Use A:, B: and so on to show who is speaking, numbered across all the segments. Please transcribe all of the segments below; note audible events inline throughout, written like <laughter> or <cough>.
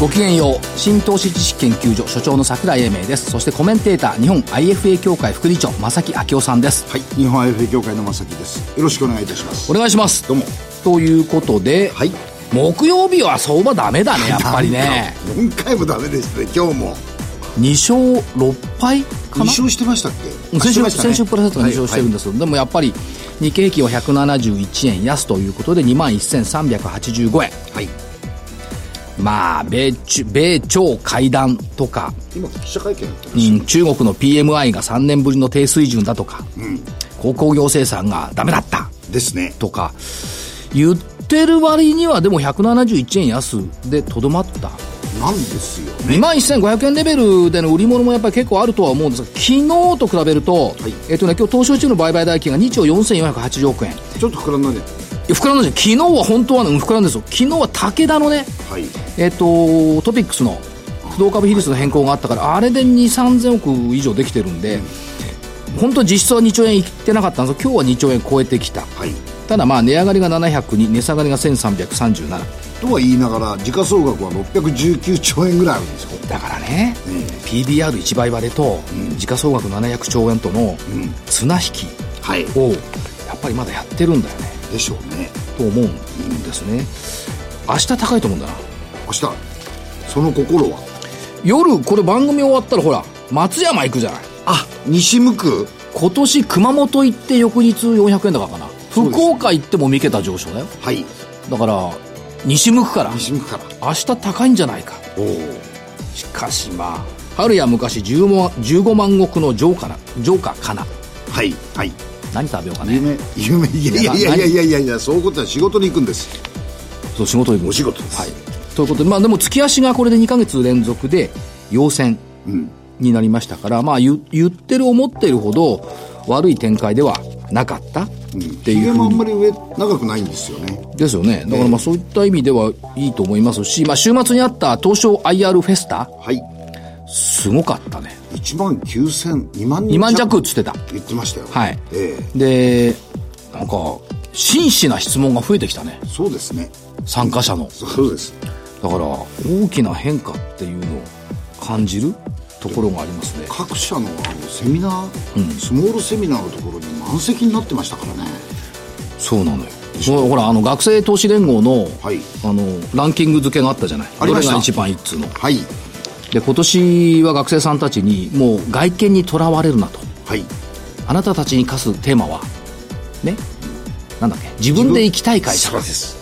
A: ごきげんよう新投資知識研究所所長の桜井英明ですそしてコメンテーター日本 IFA 協会副理事長正木明夫さんです
B: はい、日本 IFA 協会の正木です。よろしくお願いいたします。
A: お願いします
B: どうも。
A: ということで、
B: はい
A: 木曜日は相場ダメだねやっぱりね
B: なんか。今回もダメでしたね。今日も。
A: 2勝6敗か
B: 二
A: な
B: 勝してましたっ
A: 先
B: け？あして
A: 週
B: ました
A: 先
B: ね
A: 週プラスアルファが2勝してるんですけど、でもやっぱり日経平均は171円安ということで2万1385円
B: はい。はい
A: まあ米中米朝会談とか、
B: 今記者会見やってま
A: う
B: し
A: ん中国の PMI が3年ぶりの低水準だとか、鉱工業生産がダメだった
B: た。ですね。
A: とか言ってる割にはでも171円安でとどまった
B: なんですよ。
A: 2万1500円レベルでの売り物もやっぱり結構あるとは思うんですが昨日と比べると、
B: い
A: えっとね今日東証中の売買代金が2兆4480億円い
B: ちょっと膨らんだね。
A: や膨らんだんですよ昨日は本当はねうん膨らんだんですよ昨日は武田のね
B: はい。
A: えっとトピックスの不動株比率の変更があったからあれで2 3 0 0億以上できてるんで、本当は実質は2兆円いってなかったんですが今日は2兆円超えてきた
B: はい。
A: ただまあ値上がりが700に値下がりが1337
B: とは言いながら時価総額は619兆円ぐらいあるんですよ。
A: だからね、PBR1 倍割れと、時価総額700兆円との綱引き
B: はい
A: をやっぱりまだやってるんだよね
B: でしょうね。
A: と思うんですね明日高いと思うんだな
B: 明日その心は。
A: 夜これ番組終わったらほら松山行くじゃない
B: あ、西向く。
A: 今年熊本行って翌日400円高かな
B: そうです
A: 福岡行っても三桁上昇だよ
B: はい。
A: だから西向くから
B: 西向くから。
A: 明日高いんじゃないか
B: おお。
A: しかしまあ春や昔10万15万石のジョーカなジョーカーかな
B: はいはい。
A: 何食べようかね
B: 夢夢いやいやいやいやいやいやいやそういうことは仕事に行くんです。
A: そう仕事で行く
B: お仕事です
A: はいということでまあでも月足がこれで2ヶ月連続で陽線になりましたから、まあ言言ってる思ってるほど悪い展開ではなかったっていう
B: ヒ
A: ふう
B: ゲ
A: に
B: もあんまり上長くないんですよね
A: ですよね。だからまあそういった意味ではいいと思いますし、まあ週末にあった東証 IR フェスタ、
B: はい
A: すごかったね。
B: 1万9000 2万人
A: 2万弱っつってた。
B: 言ってましたよ
A: はい。
B: え
A: で、なんか、真摯な質問が増えてきたね。
B: えそうですね
A: 参加者の。
B: そうです
A: だから、大きな変化っていうのを感じるところがありますね。
B: 各社のあのセミナー、スモールセミナーのところに満席になってましたからね
A: そうなのよ。ほほら、あの、学生投資連合の、
B: はい
A: あの、ランキング付けがあったじゃない。
B: ありました
A: どれが一番一通の。
B: はい
A: で、今年は学生さんたちに、もう外見にとらわれるなと。
B: はい
A: あなたたちに課すテーマはねなんだっけ自分で行きたい会社
B: そうです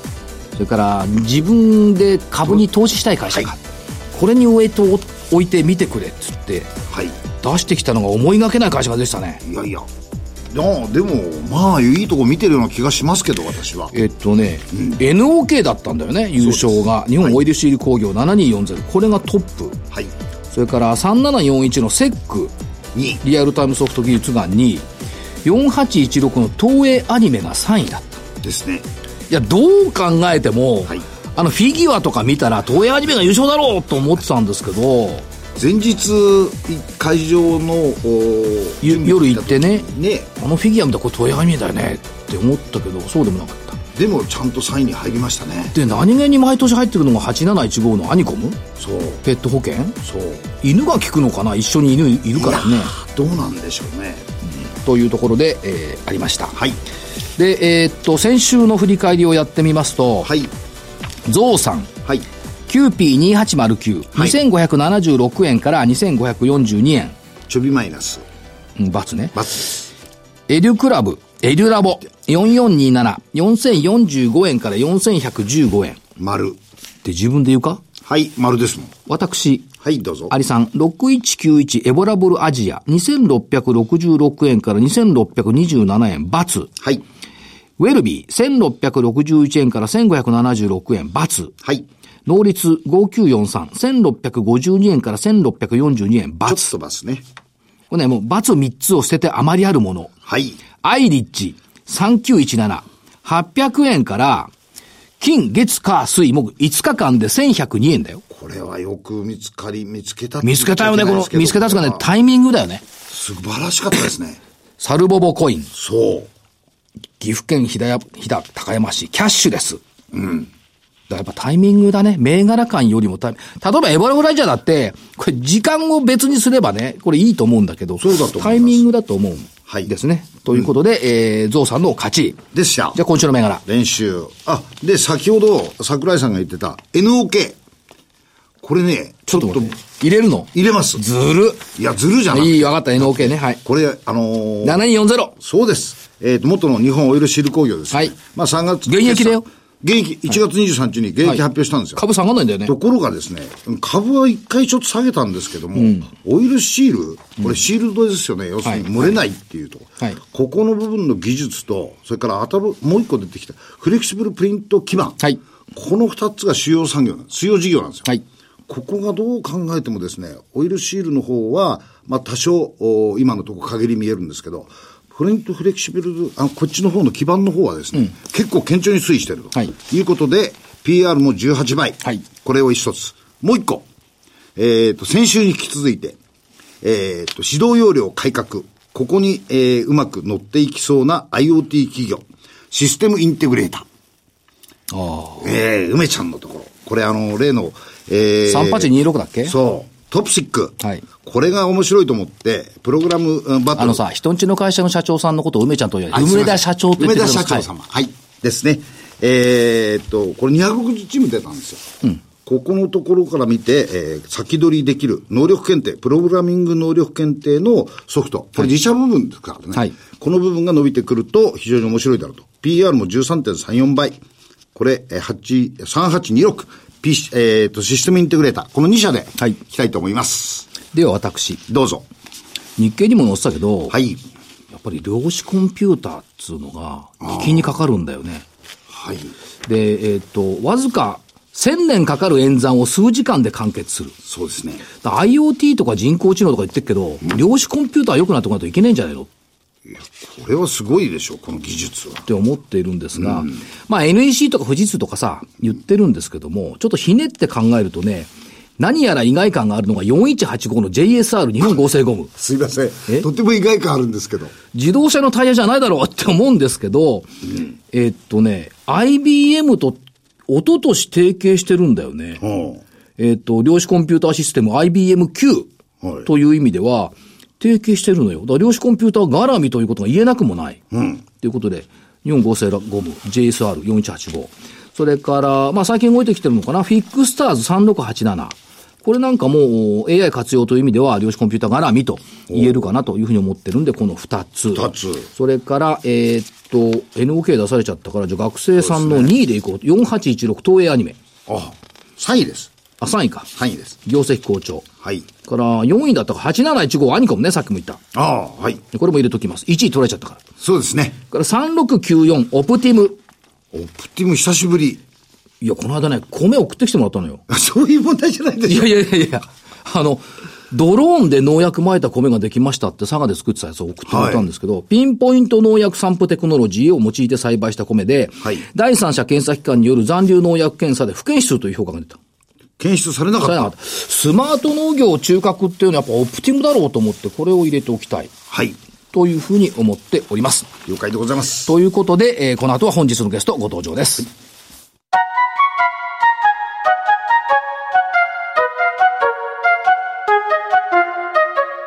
A: それから自分で株に投資したい会社か、
B: はい
A: これにウェイトを置いてみてくれっつって
B: はい
A: 出してきたのが思いがけない会社が出てたね
B: いやいやいやでもまあいいとこ見てるような気がしますけど私は
A: えっとね、NOK だったんだよね優勝が日本オイルシール工業7240、これがトップ
B: はい
A: それから3741のセック
B: 2
A: リアルタイムソフト技術が2位4816の東映アニメが3位だった
B: ですね
A: いやどう考えても、
B: はい
A: あのフィギュアとか見たら東映アニメが優勝だろうと思ってたんですけど
B: 前日い会場のお
A: ゆ夜行ってね
B: ね
A: あのフィギュア見たらこれ東映アニメだよねって思ったけどそうでもなかった
B: でもちゃんと3位に入りましたね
A: で何気に毎年入ってくるのが8715のアニコム
B: そう
A: ペット保険
B: そう
A: 犬が効くのかな一緒に犬いるから
B: い
A: ね
B: やどうなんでしょうね
A: というところで、えーありました
B: はい
A: でえーっと先週の振り返りをやってみますと、
B: はい
A: ゾウさん
B: はい
A: キューピー2809、
B: はい
A: 2576円から2542円、
B: ちょびマイナス
A: うん、バツね
B: バツです
A: エデュクラブ、エデュラボ、4427、4045円から4115円。っ
B: 丸
A: て自分で言うか
B: はい丸ですもん
A: 私、
B: はいどうぞ
A: アリさん、6191エボラブルアジア、2666円から2627円、バツ。
B: はい
A: ウェルビー、1661円から1576円、バツ。
B: はい
A: 能率5943、1652円から1642円、バ
B: ちょ
A: ツ。
B: っとバツね
A: これね、もうバツ3つを捨てて余りあるもの。
B: はい
A: アイリッチ、3917、 800円から、金、月、火、水、木、5日間で1102円だよ。
B: これはよく見つかり、見つけたって
A: 見つけたよね、この、見つけたっつうかね、
B: た
A: タイミングだよね。
B: 素晴らしかったです
A: <laughs>
B: ね。
A: サルボボコイン、
B: そう。
A: 岐阜県飛騨、飛騨高山市、キャッシュです。うん。だからやっぱタイミングだね。銘柄感よりもタイミ例えばエボラフライジャーだって、これ時間を別にすればね、これいいと思うんだけど、
B: そうだと思います
A: タイミングだと思う。
B: はい
A: ですね。ということで、えー、ゾウさんの勝ち。
B: でした。
A: じゃあ今週の銘柄。
B: 練習。あ、で、先ほど、桜井さんが言ってた NOK。これね、ちょっと
A: 待って入れるの
B: 入れます。
A: ずる。
B: いや、ずるじゃない。
A: いい、わかった、NOK ね。はい。
B: これ、あのー
A: 7240。
B: そうです。えっ、と、元の日本オイルシル工業です、ね。
A: はい
B: まあ3月。
A: 現役だよ。
B: 現役、1月23日に現
A: はい
B: 役発表したんですよ。
A: 株下がんないんだよね。
B: ところがですね、株は一回ちょっと下げたんですけども、オイルシール、これシールドですよね、要するに
A: はい
B: 漏れないっていうと、
A: はい
B: ここの部分の技術と、それから当たる、もう一個出てきた、フレキシブルプリント基盤。
A: はい
B: この二つが主要産業なんです。主要事業なんですよ。
A: はい
B: ここがどう考えてもですね、オイルシールの方は、まあ多少、お今のところ陰り見えるんですけど、プリントフレキシブル、あこっちの方の基盤の方はですね、結構堅調に推移してると。
A: はい
B: いうことで、PR も18倍。
A: はい
B: これを一つ。もう一個。えっ、と、先週に引き続いて、えっ、と、指導要領改革。ここに、えーうまく乗っていきそうな IoT 企業。システムインテグレーター。
A: あ
B: えー梅ちゃんのところ。これあの、例の、えー、
A: 3826だっけ
B: そう。トプシック。
A: はい
B: これが面白いと思って、プログラムうんバトル。
A: あのさ、人んちの会社の社長さんのことを梅ちゃんと言わ
B: は
A: れ
B: い、
A: て、
B: すい
A: 梅
B: ません
A: 田社長って言って
B: 梅
A: く
B: 田
A: れる
B: 社長
A: はい
B: 様。はい。ですね。えーっと、これ250チーム出たんですよ。ここのところから見て、えー先取りできる能力検定、プログラミング能力検定のソフト。これ自社部分ですからね。
A: はい
B: この部分が伸びてくると非常に面白いだろうと。PR も13.34倍。これ、えー8 3826。ピシえーっと、システムインテグレーター。この2社で、
A: はい
B: いきたいと思います。
A: では私、
B: どうぞ。
A: 日経にも載ってたけど、
B: はい。
A: やっぱり量子コンピューターっつうのが、危機にかかるんだよね。
B: はい。
A: で、えっ、と、わずか1000年かかる演算を数時間で完結する。
B: そうですね。
A: だから IoT とか人工知能とか言ってるけど、量子コンピューター良くなってこないといけないんじゃないの
B: これはすごいでしょう、この技術は
A: っ。て思っているんですが、まあ NEC とか富士通とかさ、言ってるんですけども、ちょっとひねって考えるとね、何やら意外感があるのが4185の JSR 日本合成ゴム。
B: すいませ
A: え
B: ん。とても意外感あるんですけど。
A: 自動車のタイヤじゃないだろうって思うんですけど、えっとね、IBM と一昨年提携してるんだよね。
B: うん。
A: えっと、量子コンピューターシステム IBMQ
B: はい
A: という意味では、提携してるのよ。だから量子コンピューター絡みということが言えなくもない。ということで、日本合成ゴム JSR4185。それから、まあ最近動いてきてるのかな、フィックスターズ3687。これなんかもう AI 活用という意味では量子コンピューター絡みと言えるかなというふうに思ってるんで、この2つ。
B: 二つ
A: それから、えーっと、NOK 出されちゃったから、じゃあ学生さんの2位でいこう。4816東映アニメ。
B: あ、3位です。
A: あ、3位か。
B: 3位です。
A: 業績好調。
B: はい。
A: から、4位だったか、8715アニコムね、さっきも言った。
B: ああ、はい。
A: でこれも入れときます。1位取られちゃったから。
B: そうですね。
A: から、3694オプティム。
B: オプティム久しぶり。 <laughs>
A: いや、この間ね、米送ってきてもらったのよ。
B: そういう問題じゃないで
A: い
B: しょ
A: や。いやいやいや、あの、ドローンで農薬撒いた米ができましたって佐賀で作ってたやつを送ってもらったんですけど、ピンポイント農薬散布テクノロジーを用いて栽培した米で、
B: はい
A: 第三者検査機関による残留農薬検査で不検出という評価が出た。
B: 検出されなか
A: さ
B: っ
A: れな
B: た。
A: かったスマート農業中核っていうのはやっぱオプティムだろうと思って、これを入れておきたい。
B: はい。
A: というふうに思っております。
B: 了解でございます。
A: ということで、えーこの後は本日のゲストご登場です。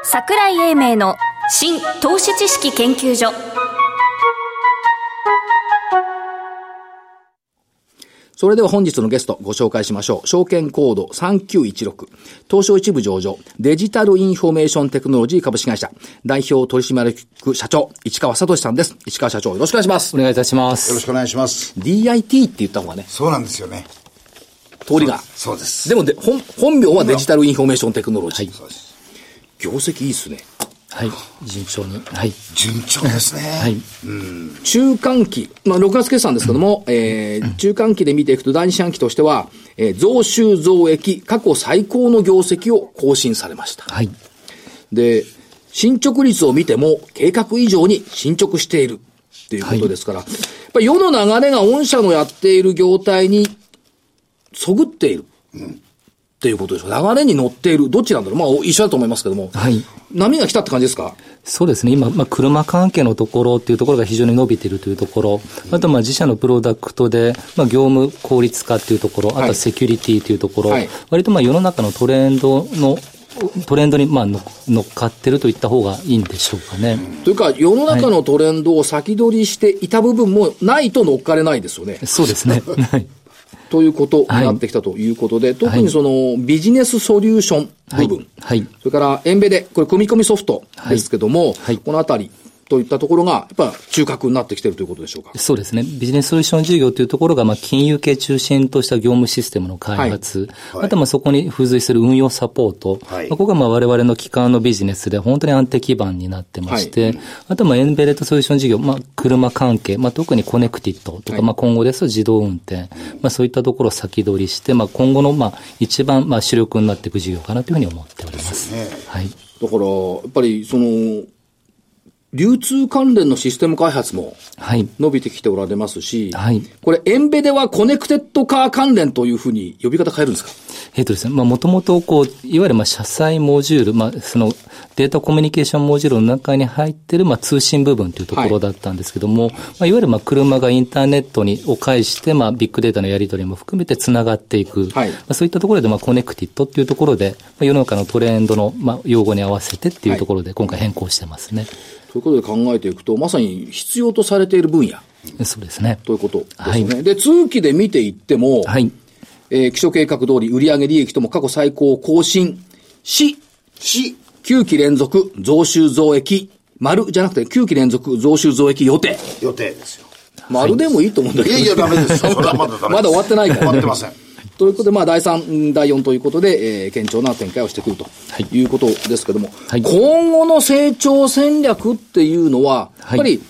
C: 桜井英明の新投資知識研究所
A: それでは本日のゲストご紹介しましょう。証券コード3916、東証一部上場、デジタルインフォメーションテクノロジー株式会社、代表取締役社長、市川聡さんです。市川社長、よろしくお願いします
D: お。願いいたしま
B: よろ
D: す。
B: しくお願いします。
A: DIT って言った方がね、
B: そうなんですよね。
A: 通りが。
B: そうです。
A: でもで、本、本名はデジタルインフォメーションテクノロジー。
B: そうです。
A: 業績いいっすね。
D: はい。順調に。はい。
B: 順調ですね。は
D: はい。。
A: 中間期、まあ、6月決算ですけども、えー中間期で見ていくと第二四半期としては、えー増収増益、過去最高の業績を更新されました。
D: はい。
A: で、進捗率を見ても、計画以上に進捗しているっていうことですから、ぱり世の流れが御社のやっている業態にそぐっている。っていうことでしょう。流れに乗っている。どっちなんだろうまあ、お一緒だと思いますけども。
D: はい
A: 波が来たって感じですか
D: そうですね、今、まあ、車関係のところっていうところが非常に伸びているというところ、あとまあ自社のプロダクトで、まあ、業務効率化っていうところ、あと
A: はい
D: はセキュリティというところ、
A: はい
D: 割とまあ世の中のトレンドの、トレンドにまあの乗っかってるといった方がいいんでしょうかね。
A: というか、世の中のトレンドを先取りしていた部分もないと乗っかれないですよね。
D: そうで
A: <laughs>
D: すね。はい。
A: ということになってきたということで、特にそのビジネスソリューション部分、
D: はい。
A: それからエンベで、これ組み込みソフトですけども、
D: はい
A: このあたりといったところが、やっぱ中核になってきてるということでしょうか。
D: そうですね。ビジネスソリューション事業というところが、まあ、金融系中心とした業務システムの開発、
B: はいはい
D: あとはまあそこに付随する運用サポート、
B: はい
D: まあここがまあ我々の基幹のビジネスで本当に安定基盤になってまして、あとはまあエンベレットソリューション事業、まあ、車関係、まあ、特にコネクティッドとか、
A: はい
D: まあ、今後ですと自動運転、まあ、そういったところを先取りして、まあ、今後のまあ一番まあ主力になっていく事業かなというふうに思っております。はい
A: だから、やっぱりその、流通関連のシステム開発も
D: はい
A: 伸びてきておられますし、
D: はい
A: これ、エンベではコネクテッドカー関連というふうに呼び方変えるんですか
D: えっとですね、まあ、もともと、こう、いわゆる、まあ、車載モジュール、まあ、その、データコミュニケーションモジュールの中に入ってる、まあ、通信部分というとこ
A: は
D: ろ
A: い
D: だったんですけども、い、まあ、いわゆる、まあ、車がインターネットに、を介して、まあ、ビッグデータのやり取りも含めてつながっていく。
A: はい
D: まあ、そういったところで、まあ、コネクティットっていうところで、まあ、世の中のトレンドの、まあ、用語に合わせてっていうところで、今回変更してますね。
A: ということで考えていくと、まさに必要とされている分野
D: そうですね。
A: ということです
D: は
A: ね。
D: い
A: で、通期で見ていっても、
D: はい。
A: えー、基礎計画通り売上利益とも過去最高を更新し、
B: し、
A: 9期連続増収増益、丸じゃなくて9期連続増収増益予定。
B: 予定ですよ。
A: 丸でもいいと思うんだ
B: い
A: けど。
B: やいや、ダメですよ。それは <laughs> まだダメです。
A: <laughs> まだ終わってないから
B: 終わってません。
A: ということで、まあ、第3、第4ということで、えー、堅調な展開をしてくると
D: はい
A: いうことですけども、
D: はい
A: 今後の成長戦略っていうのは、や
D: はい
A: っぱり、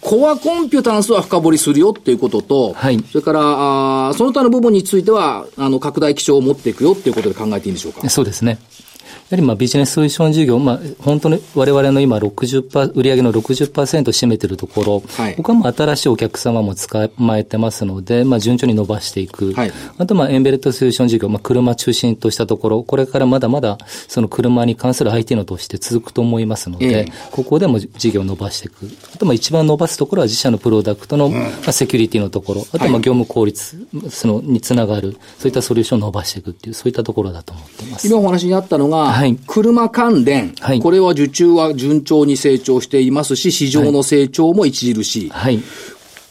A: コアコンピュタンスは深掘りするよっていうことと、
D: はい
A: それからあー、その他の部分については、あの、拡大基調を持っていくよっていうことで考えていいんでしょうか。
D: そうですね。やはりまあビジネスソリューション事業、まあ、本当に我々の今60パー、売上の60%占めてるところ、
A: はい
D: 僕はまあ新しいお客様も捕まえてますので、まあ、順調に伸ばしていく、
A: はい
D: あとまあエンベレットソリューション事業、まあ、車中心としたところ、これからまだまだその車に関する IT のとして続くと思いますの
A: え
D: で、
A: え
D: ここでも事業を伸ばしていく、あとまあ一番伸ばすところは自社のプロダクトのまあセキュリティのところ、あとまあ業務効率そのにつながる、そういったソリューションを伸ばしていくっていう、そういったところだと思ってます。
A: 今お話にあったのが、
D: はい
A: 車関連、
D: はい
A: これは受注は順調に成長していますし、市場の成長も著しい。
D: はい。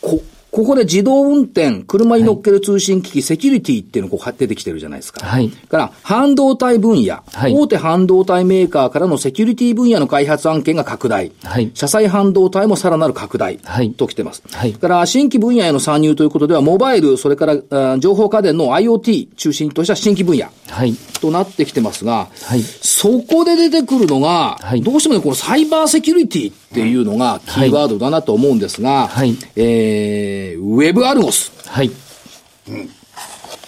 A: こ、ここで自動運転、車に乗っける通信機器、セキュリティっていうのがこう出てきてるじゃないですか。
D: はい
A: から、半導体分野、
D: はい
A: 大手半導体メーカーからのセキュリティ分野の開発案件が拡大。
D: はい
A: 車載半導体もさらなる拡大。
D: はい
A: ときてます。
D: はい
A: それから、新規分野への参入ということでは、モバイル、それから、あー情報家電の IoT 中心とした新規分野。
D: はい。
A: となってきてますが、
D: はい
A: そこで出てくるのが、
D: はい
A: どうしてもね、このサイバーセキュリティっていうのがキーワードだなと思うんですが、
D: はい
A: えー、ウェブアルゴス、
D: はい。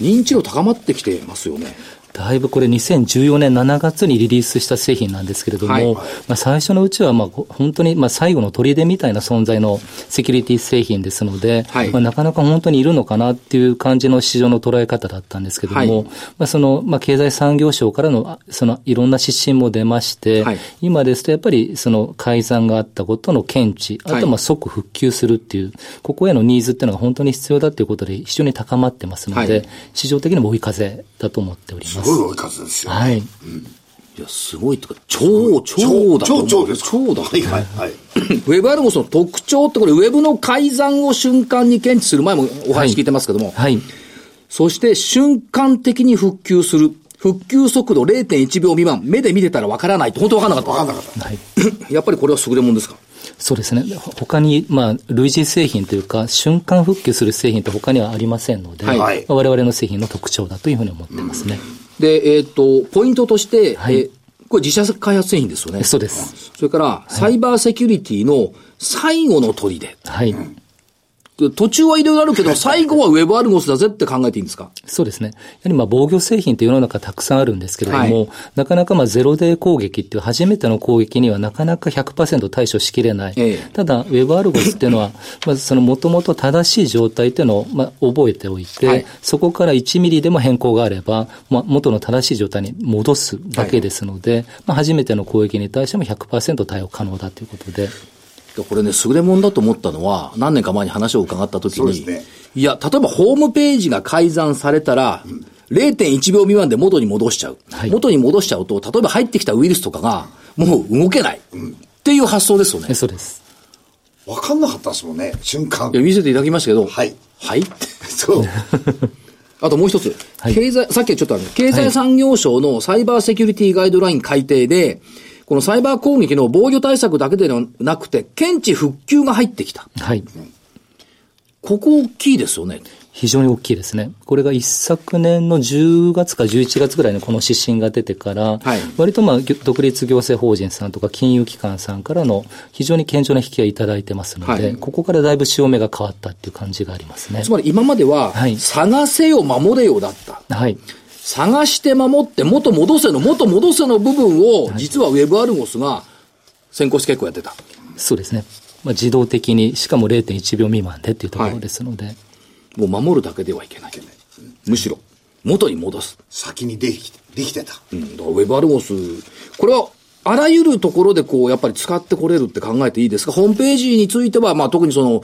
A: 認知度高まってきてますよね。
D: だいぶこれ2014年7月にリリースした製品なんですけれども、
A: はい
D: まあ、最初のうちはまあほ本当にまあ最後の砦みたいな存在のセキュリティ製品ですので、
A: はい
D: まあ、なかなか本当にいるのかなっていう感じの市場の捉え方だったんですけども、
A: はい
D: まあ、そのまあ経済産業省からのあそのいろんな指針も出まして、
A: はい
D: 今ですとやっぱりその改ざんがあったことの検知、あとまあ即復旧するっていう、ここへのニーズっていうのが本当に必要だっていうことで非常に高まってますので、
A: はい
D: 市場的にも追い風だと思っております
B: す。ごい追い風ですよ。
D: はい。
A: いや、すごいとか、超、超だと思
B: 超、
A: う。
B: 超です。
A: 超だ。
B: はい、はい、はい。
A: ウェブアルゴスの特徴って、これ、ウェブの改ざんを瞬間に検知する前もお話聞いてますけども、
D: はい。
A: そして瞬間的に復旧する。復旧速度0.1秒未満。目で見てたらわからないと。本当わからなか
B: わ
A: っ
B: かんなかった。
D: はい。
A: <clears throat> た。やっぱりこれは優れもんですか
D: そうですね。ほ他に、まあ、類似製品というか、瞬間復旧する製品って他にはありませんので、
A: はい
B: はい
D: まあ我々の製品の特徴だというふうに思ってますね。
A: で、えっ、と、ポイントとして、
D: はい
A: えーこれ自社開発製品ですよね。
D: そうです。
A: それから、サイバーセキュリティの最後の砦。
D: はい。
A: 途中はいろいろあるけど、最後はウェブアルゴスだぜって考えていいんですか
D: そうですね。やはりまあ防御製品って世の中たくさんあるんですけれども、
A: はい
D: なかなかまあゼロデー攻撃っていう初めての攻撃にはなかなか100%対処しきれない。
A: ええ
D: ただ、ウェブアルゴスっていうのは、 <laughs> まずその元々正しい状態っていうのをまあ覚えておいて、
A: はい
D: そこから1ミリでも変更があれば、まあ、元の正しい状態に戻すだけですので、まあ初めての攻撃に対しても100%対応可能だということで。
A: でこれね、優れもんだと思ったのは、何年か前に話を伺ったとき
B: そうで
A: に、
B: すね
A: いや、例えばホームページが改ざんされたら、0.1秒未満で元に戻しちゃう、
D: はい
A: 元に戻しちゃうと、例えば入ってきたウイルスとかが、もう動けない、っていう発想ですよね
D: え。そうです。
B: わかんなかったですもんね、瞬間
A: い。や、見せていただきましたけど、
B: はい
A: はいって
B: そう。
A: あともう一つ、
D: はい
A: 経済、さっきはちょっとあの、経済産業省のサイバーセキュリティガイドライン改定で、このサイバー攻撃の防御対策だけではなくて、検知復旧が入ってきた。
D: はい。
A: ここ大きいですよね。
D: 非常に大きいですね。これが一昨年の10月か11月ぐらいのこの指針が出てか
A: は
D: ら、
A: い
D: 割とまあぎょ独立行政法人さんとか金融機関さんからの非常に健常な引き合いいただいてますので、
A: はい
D: ここからだいぶ潮目が変わったっていう感じがありますね
A: つ。まり今までは、
D: はい
A: 探せよ守れよだった。
D: はい。
A: 探して守って元戻せの元戻せの部分を、実はウェブアルゴスが先行して結構やってた。
D: そうですね。まあ、自動的に、しかも0.1秒未満でっていうところですので、
A: もう守るだけではいけない。むしろ、元に戻す。
B: 先にできて、できてた。
A: うん、だからウェブアルゴス、これは、あらゆるところでこう、やっぱり使ってこれるって考えていいですかホームページについては、まあ特にその、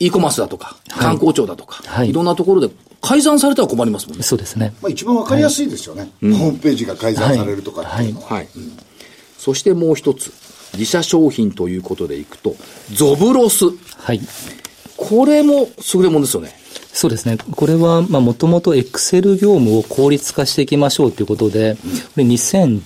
A: e コマースだとか、
D: い
A: 観光庁だとか、
D: はい
A: い、ろんなところで改ざんされたら困りますもんね。
D: そうですね。
B: まあ一番わかりやすいですよね。ホームページが改ざんされるとかっていうのは。
A: はい。そしてもう一つ、自社商品ということでいくと、ゾブロス。
D: はい。
A: これも優れもんですよね。
D: そうですね。これは、まあ、もともとエクセル業務を効率化していきましょうということで、これ2010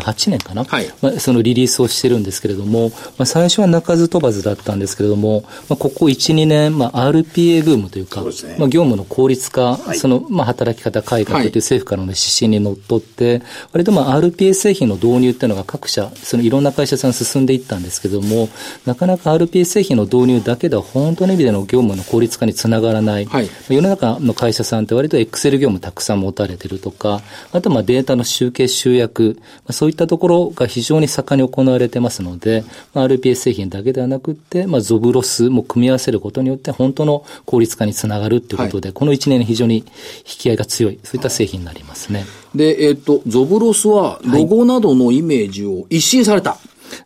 D: 2008年かな、
A: はい
D: まあ、そのリリースをしてるんですけれども、まあ、最初は鳴かず飛ばずだったんですけれども、まあ、ここ1、2年、まあ、RPA ブームというか、
B: そうですね
D: まあ、業務の効率化、
B: い
D: その、まあ、働き方改革
A: は
D: と
A: い
D: いう政府からの指針にのっとって、割とまあ RPA 製品の導入っていうのが各社、そのいろんな会社さん進んでいったんですけども、なかなか RPA 製品の導入だけでは本当の意味での業務の効率化につながらない。
A: はい
D: 世の中の会社さんって割と Excel 業務たくさん持たれてるとか、あとまあデータの集計集約、まあそういったところが非常に盛んに行われてますので、まあ RPA 製品だけではなくって、まあゾブロスも組み合わせることによって本当の効率化につながるということで、この1年に非常に引き合いが強い、そういった製品になりますね。
A: で、えっ、と、ゾブロスは、ロゴなどのイメージを一新された。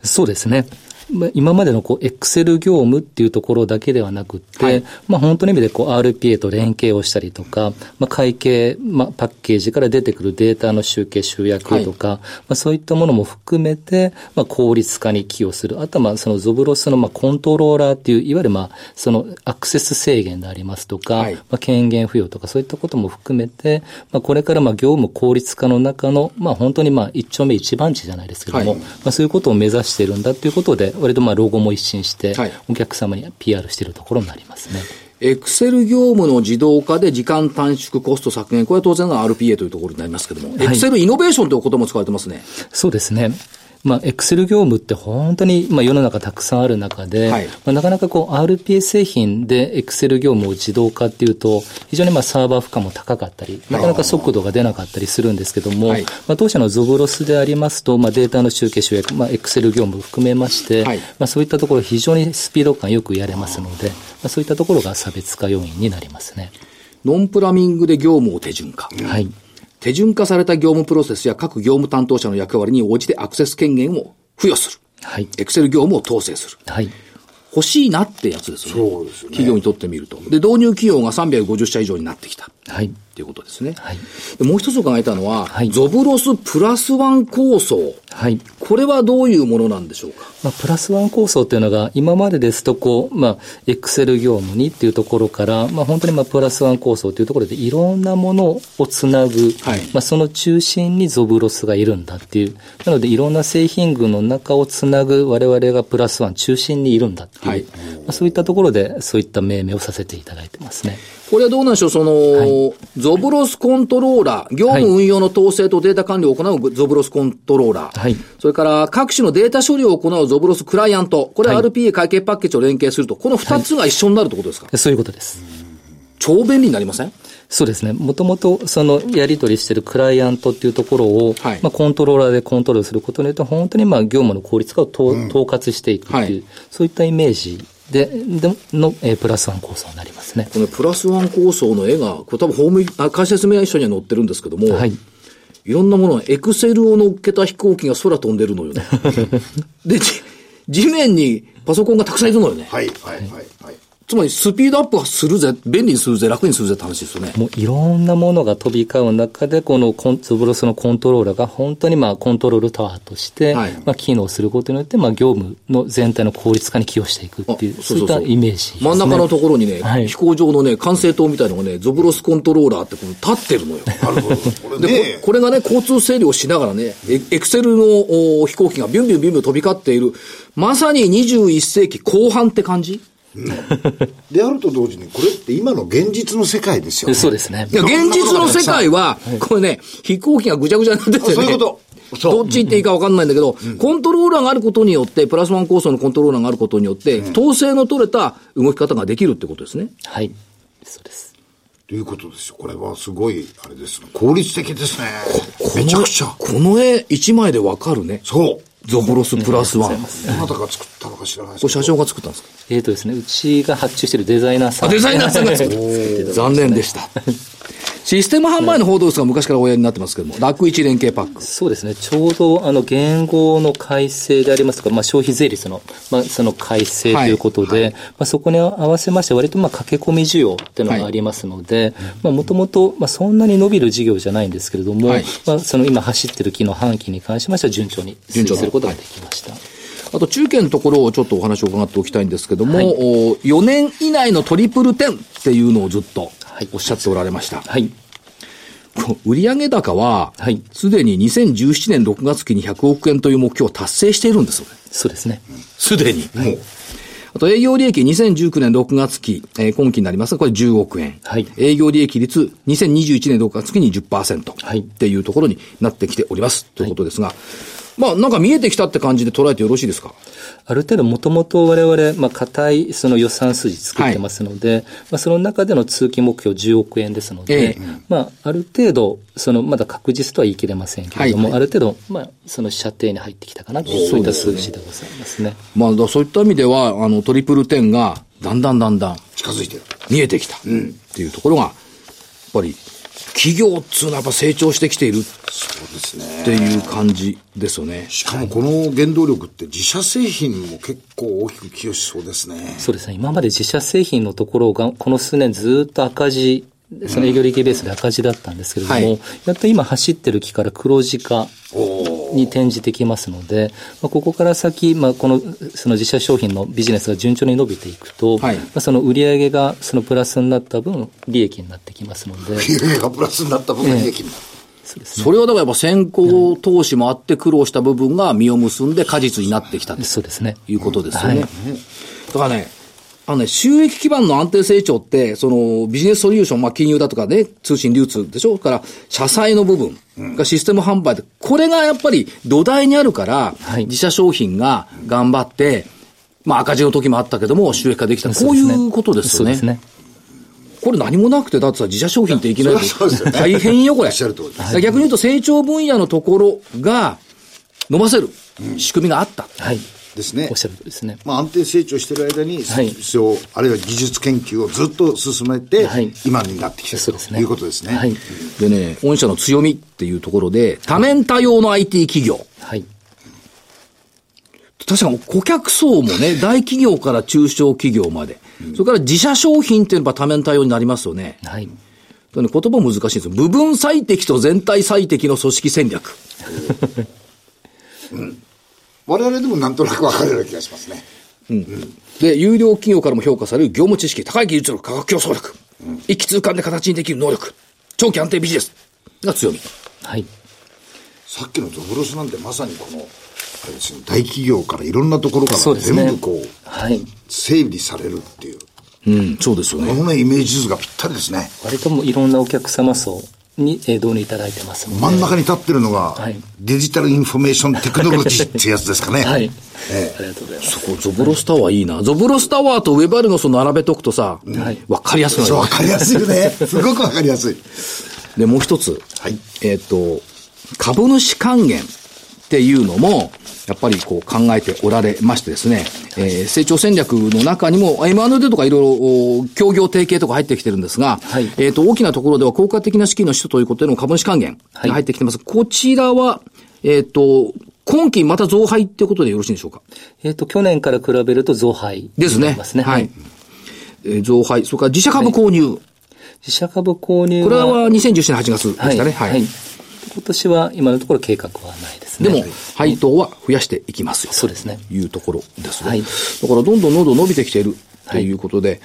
D: そうですね。まあ今までのこう、エクセル業務っていうところだけではなくって、
A: はい
D: まあ本当の意味でこう、RPA と連携をしたりとか、まあ会計、まあパッケージから出てくるデータの集計集約とか、まあそういったものも含めて、まあ効率化に寄与する。あとはまあそのゾブロスのまあコントローラーっていう、いわゆるまあ、そのアクセス制限でありますとか、
A: はい
D: まあ権限付与とかそういったことも含めて、まあこれからまあ業務効率化の中の、まあ本当にまあ一丁目一番地じゃないですけども、
A: はい
D: まあ、そういうことを目指してるんだということで、割とまあロゴも一新して
A: はい、
D: お客様に PR しているところになりますね。
A: エクセル業務の自動化で時間短縮、コスト削減、これは当然の RPA というところになりますけども、
D: い
A: エクセルイノベーションという言葉も使われてますね。
D: そうですね。まあ、エクセル業務って本当に、まあ、世の中たくさんある中で、
A: はい
D: まあ、なかなかこう、RPA 製品でエクセル業務を自動化っていうと、非常にまあ、サーバー負荷も高かったり、なかなか速度が出なかったりするんですけども、
A: はい
D: まあ、当社のゾブロスでありますと、まあ、データの集計集約、まあ、エクセル業務含めまして、
A: はい
D: まあ、そういったところ非常にスピード感よくやれますので、まあ、そういったところが差別化要因になりますね。
A: ノンプラミングで業務を手順化。
D: はい。
A: 手順化された業務プロセスや各業務担当者の役割に応じてアクセス権限を付与する。
D: はい。
A: エクセル業務を統制する。
D: はい。
A: 欲しいなってやつですよね。
B: そうですよね
A: 企業にとってみると。で、導入企業が350社以上になってきた。
D: はい。
A: っていうことですね。
D: はい
A: でもう一つ伺いたのは、
D: はい
A: ゾブロスプラスワン構想。
D: はい。
A: これはどういうものなんでしょうか
D: まあ、プラスワン構想というのが、今までですと、こう、まあ、エクセル業務にっていうところから、まあ、本当にまあ、プラスワン構想というところで、いろんなものをつなぐ、
A: はい
D: まあ、その中心にゾブロスがいるんだっていう。なので、いろんな製品群の中をつなぐ、我々がプラスワン中心にいるんだっていう。
A: はい
D: まあそういったところで、そういった命名をさせていただいてますね。
A: これはどうなんでしょう、その、ゾブロスコントローラー、業務運用の統制とデータ管理を行うゾブロスコントローラー、
D: はい
A: それから各種のデータ処理を行うゾブロスクライアント、これは
D: はい
A: RPA 会計パッケージを連携すると、この2つが一緒になるってことですか、
D: そういうことです。
A: 超便利になりません
D: そうですね。もともと、その、やり取りしてるクライアントっていうところを、
A: はい
D: まあ、コントローラーでコントロールすることによって、本当に、まあ、業務の効率化をと統括していくっていう、
A: はい
D: そういったイメージで、での、えープラスワン構想になりますね。
A: このプラスワン構想の絵が、これ多分ホーム、あ会社説明書には載ってるんですけども、
D: はい
A: い。ろんなものが、エクセルを乗っけた飛行機が空飛んでるの <laughs> よね。で、じ地面にパソコンがたくさんいるのよね。
B: はい、はい、はい、はい。
A: つまりスピードアップはするぜ、便利にするぜ、楽にするぜって話ですよね。
D: もういろんなものが飛び交う中で、このコンズブロスのコントローラーが本当にまあコントロールタワーとして、
A: はい
D: まあ機能することによって、まあ業務の全体の効率化に寄与していくっていう、
A: あ
D: そういったイメージです、ね。
A: 真ん中のところにね、
D: はい
A: 飛行場のね、管制塔みたいなのがね、ゾブロスコントローラーってこの立ってるのよ。
B: なるほど。これ
A: で
B: ね
A: こ、これがね、交通整理をしながらね、エエクセルのお飛行機がビュンビュンビュンビュン飛び交っている、まさに21世紀後半って感じ
B: であると同時に、これって今の現実の世界ですよね。
D: そうですね
A: い。や、現実の世界は、これね、飛行機がぐちゃぐちゃになってて、ね、
B: あそういうことそう
A: どっち行っていいか分かんないんだけど、コントローラーがあることによって、プラスワン構想のコントローラーがあることによって、統制の取れた動き方ができるってことですね。
D: はい。そうです。
B: ということですよ。これはすごい、あれですね。効率的ですね。めちゃくちゃ。
A: この絵一枚で分かるね。
B: そう。
A: ゾブロスプラスワン。こ
B: どなたが作ったのか知らないです
A: れ
B: けど
A: 社長が作ったんですか
D: えーとですね、うちが発注しているデザイナーさん。
A: デザイナーさんが <laughs> 作った。残念でした。 <laughs> システム販売の報道ですが昔からおやりになってますけども、楽一連携パック。
D: <laughs> そうですね。ちょうど、あの、言語の改正でありますとか、まあ、消費税率の、まあ、その改正ということで、まあ、そこに合わせまして、割と、まあ、駆け込み需要っていうのがありますので、まあ、もともと、まあ、そんなに伸びる事業じゃないんですけれども、
A: はい
D: まあ、その今走ってる機能半期に関しましては、順調に推移することができました。
A: あと中堅のところをちょっとお話を伺っておきたいんですけども、お4年以内のトリプル10っていうのをずっと
D: はい
A: おっしゃっておられました。
D: はい。
A: こう売上高は
D: はい、
A: すでに2017年6月期に100億円という目標を達成しているんですよね。
D: そうですね。
A: すでに。もう。あと営業利益2019年6月期、えー今期になりますが、これ10億円。
D: はい
A: 営業利益率2021年6月期に10%。
D: はい
A: っていうところになってきております。ということですが、まあなんか見えてきたって感じで捉えてよろしいですか
D: ある程度もともと我々、まあ、固いその予算数字作ってますので、まあ、その中での通期目標10億円ですので、
A: ええ
D: まあ、ある程度、その、まだ確実とは言い切れませんけれども、
A: はい
D: ある程度、まあ、その射程に入ってきたかなという、そういった数字でございますね。
A: まあだからそういった意味では、あのトリプル10がだんだんだんだん
B: 近づいてる。
A: 見えてきた。っていうところが、やっぱり企業っつうのはやっぱ成長してきているっ
B: そうですね。
A: ていう感じですよね。
B: しかもこの原動力って自社製品も結構大きく寄与しそうですね。
D: そうですね。今まで自社製品のところが、この数年ずっと赤字、その営業利益ベースで赤字だったんですけれども、
A: はい
D: やっと今走ってる期から黒字化 <laughs> に転じてきますので、まあ、ここから先、まあ、この、その自社商品のビジネスが順調に伸びていくと、
A: はい
D: まあ、その売上がそのプラスになった分、利益になってきますので、
B: 経営がプラスになった分が利益になる。
D: そうですね。
A: それはだからやっぱ先行投資もあって苦労した部分が実を結んで果実になってきたと
D: そうですね。
A: いうことですよね。
D: はい
A: だからね、あのね、収益基盤の安定成長って、そのビジネスソリューション、まあ金融だとかね、通信流通でしょから、社債の部分がシステム販売で、これがやっぱり土台にあるから、
D: はい
A: 自社商品が頑張って、まあ赤字の時もあったけども、収益化できた。こういうことですよね。
D: そうですね。
A: これ何もなくて、だってさ、自社商品っていきなり
B: いやそりゃそうですよね
A: 大変よ、これ。
B: おっしゃる通りです
A: はい逆に言うと、成長分野のところが伸ばせる仕組みがあった。
D: はい。
B: ですね
D: おっしゃるとりですね。
B: まあ、安定成長してる間に、
D: はい
B: 必要、あるいは技術研究をずっと進めて、
D: はい
B: 今になってきてる
D: そう
B: と
D: ですね。
B: いうことですね。
D: はい。
A: でね、御社の強みっていうところで、多面多様の IT 企業。
D: はい。
A: 確かに顧客層もね、大企業から中小企業まで。それから自社商品っていうのは多面多様になりますよね。
D: はい。
A: だからね言葉難しいんですよ。部分最適と全体最適の組織戦略。
B: 我々でもなんとなく分かるような気がしますね。
A: で、有料企業からも評価される業務知識、高い技術力、価格競争力、一気通貫で形にできる能力、長期安定ビジネスが強み。
D: はい。
B: さっきのゾブロスなんてまさにこの、ぱりその大企業からいろんなところか
D: そう
B: ら
D: ですね
B: 全部こう、
D: はい
B: 整理されるっていう。
A: うん、そうですよ
B: こ
A: ね。
B: のね、イメージ図がぴったりですね。
D: 割ともういろんなお客様層にえー導入いただいてますので
B: 真ん中に立ってるのが、
D: はい
B: デジタルインフォメーションテクノロジーってやつですかね。
D: はい、
B: ええ
D: ありがとうございます
A: そこ、ゾブロスタワーいいな。ゾブロスタワーとウェバルゴスを並べとくとさ、
D: はい
A: わかりやすくな
B: そう、わ
A: る。
B: かりやすいよね。すごくわかりやすい。
A: で、もう一つ。
B: はい。
A: えっ、と、株主還元っていうのも、やっぱりこう考えておられましてですね、えー成長戦略の中にも M&A とかいろいろお協業提携とか入ってきてるんですが、
D: はい
A: えっと、大きなところでは効果的な資金の使途ということでの株主還元
D: はい
A: が入ってきてます。こちらは、えっ、と、今期また増配ってことでよろしいんでしょうか
D: えっ、と、去年から比べると増配
A: です
D: にな
A: ね。
D: りますね。
A: はい。。えー増配、それから自社株購入。
D: 自社株購入
A: これは2017年8月で
D: は
A: し
D: い、
A: たね。
D: はい今年は今のところ計画はないです
A: で
D: ね。
A: も、配当は増やしていきますよ。
D: そうですね
A: というところですね。
D: はい
A: だから、どんどんどんどん伸びてきているということで、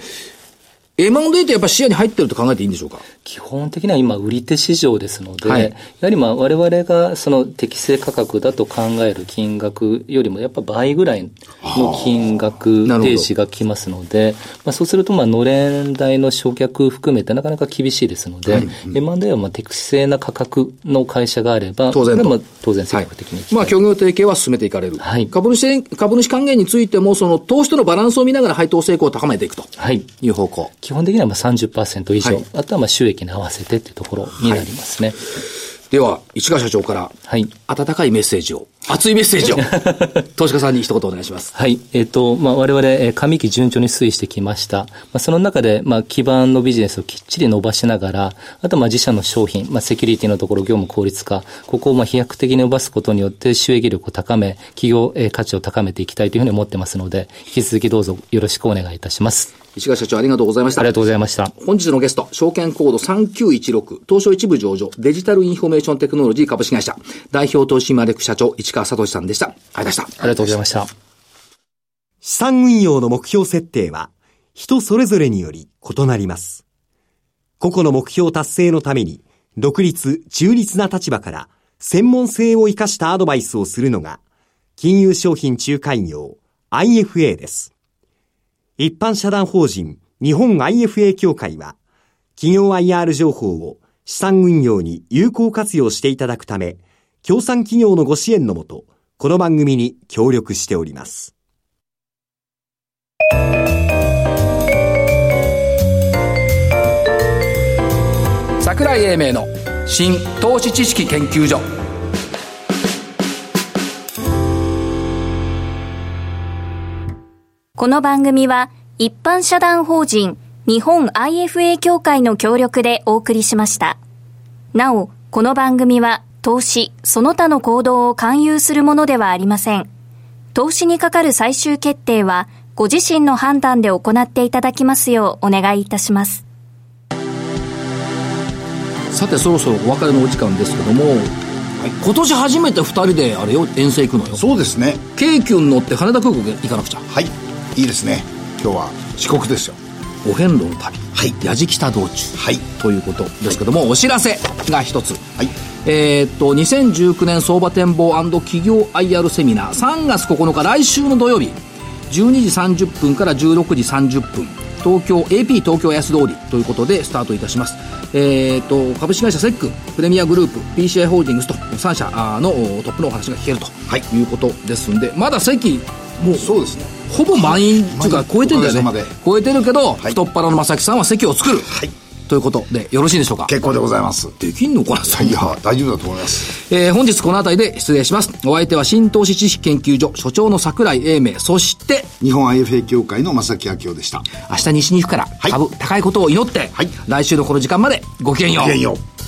A: M&A ってやっぱ視野に入ってると考えていいんでしょうか
D: 基本的には今売り手市場ですので、
A: はい
D: やはりまあ我々がその適正価格だと考える金額よりもやっぱ倍ぐらいの金額
A: なるほど
D: 提示が来ますので、まあそうするとまあのれん代の償却含めてなかなか厳しいですので、M&A はまあ適正な価格の会社があれば、
A: 当然と
D: これはまあ当然積極的に行きたい
A: まあ、協業提携は進めていかれる。
D: はい
A: 株主、株主還元についても、その、投資とのバランスを見ながら配当成功を高めていくと
D: はい。
A: いう方向。
D: 基本的にはまあ30%以上、
A: はい
D: あとはまあ収益に合わせてっていうところになりますね。
A: では、市川社長から、
D: はい
A: 温かいメッセージを、熱いメッセージ
D: <laughs>
A: を、投資家さんに一言お願いします。
D: はい。えっ、と、まあ、我々、えー上期順調に推移してきました。まあ、その中で、まあ、基盤のビジネスをきっちり伸ばしながら、あと、まあ、自社の商品、まあ、セキュリティのところ、業務効率化、ここを、まあ、飛躍的に伸ばすことによって収益力を高め、企業、えー価値を高めていきたいというふうに思ってますので、引き続きどうぞよろしくお願いいたします。
A: 市川社長、ありがとうございました。
D: ありがとうございました。
A: 本日のゲスト、証券コード3916、東証一部上場、デジタルインフォメーションテクノロジー株式会社、代表投資マレク社長、市川聡さんでした。ありがとうございました
D: あ。りがとうございました。
E: 資産運用の目標設定は人それぞれにより異なります。個々の目標達成のために独立、中立な立場から専門性を生かしたアドバイスをするのが金融商品仲介業 IFA です。一般社団法人日本 IFA 協会は企業 IR 情報を資産運用に有効活用していただくため、協賛企業のご支援のもと、この番組に協力しております。
A: 桜井英明の新投資知識研究所
C: この番組は一般社団法人日本 IFA 協会の協力でお送りしました。なお、この番組は投資、その他の行動を勧誘するものではありません。投資にかかる最終決定はご自身の判断で行っていただきますようお願いいたします。
A: さてそろそろお別れのお時間ですけども、今年初めて2人であれよ遠征行くのよ
B: そうですね。
A: 京急に乗って羽田空港行かなくちゃ
B: はい。いいですね。今日は四国ですよ。
A: お遍路の旅、
B: はい
A: やじきた道中、
B: はい
A: ということですけども、お知らせが一つ、
B: はい
A: えーっと2019年相場展望企業 IR セミナー3月9日来週の土曜日12時30分から16時30分東京 AP 東京安通りということでスタートいたします、えーっと株式会社セックプレミアグループ PCI ホールディングスと3社あーのおトップのお話が聞けると
B: はい
A: いうことですんで、まだ席もう
B: そうですね。
A: ほぼ満員っていうか
B: 満員
A: 超えてんだよね
B: おかげさまで
A: 超えてるけど、
B: はい
A: 太っ腹の正木さんは席を作る、
B: はい
A: ということでよろしいでしょうか
B: 結構でございます。
A: できんのかなそん
B: い
A: な
B: や、大丈夫だと思います。
A: えー本日この辺りで失礼しますお相手は新投資知識研究所所長の桜井英明そして
B: 日本 IFA 協会の正木明夫でした。
A: 明日西に行くから
B: い
A: 株高いことを祈って、
B: はい
A: 来週のこの時間までごきげんよ
B: ご
A: う
B: きげんよう。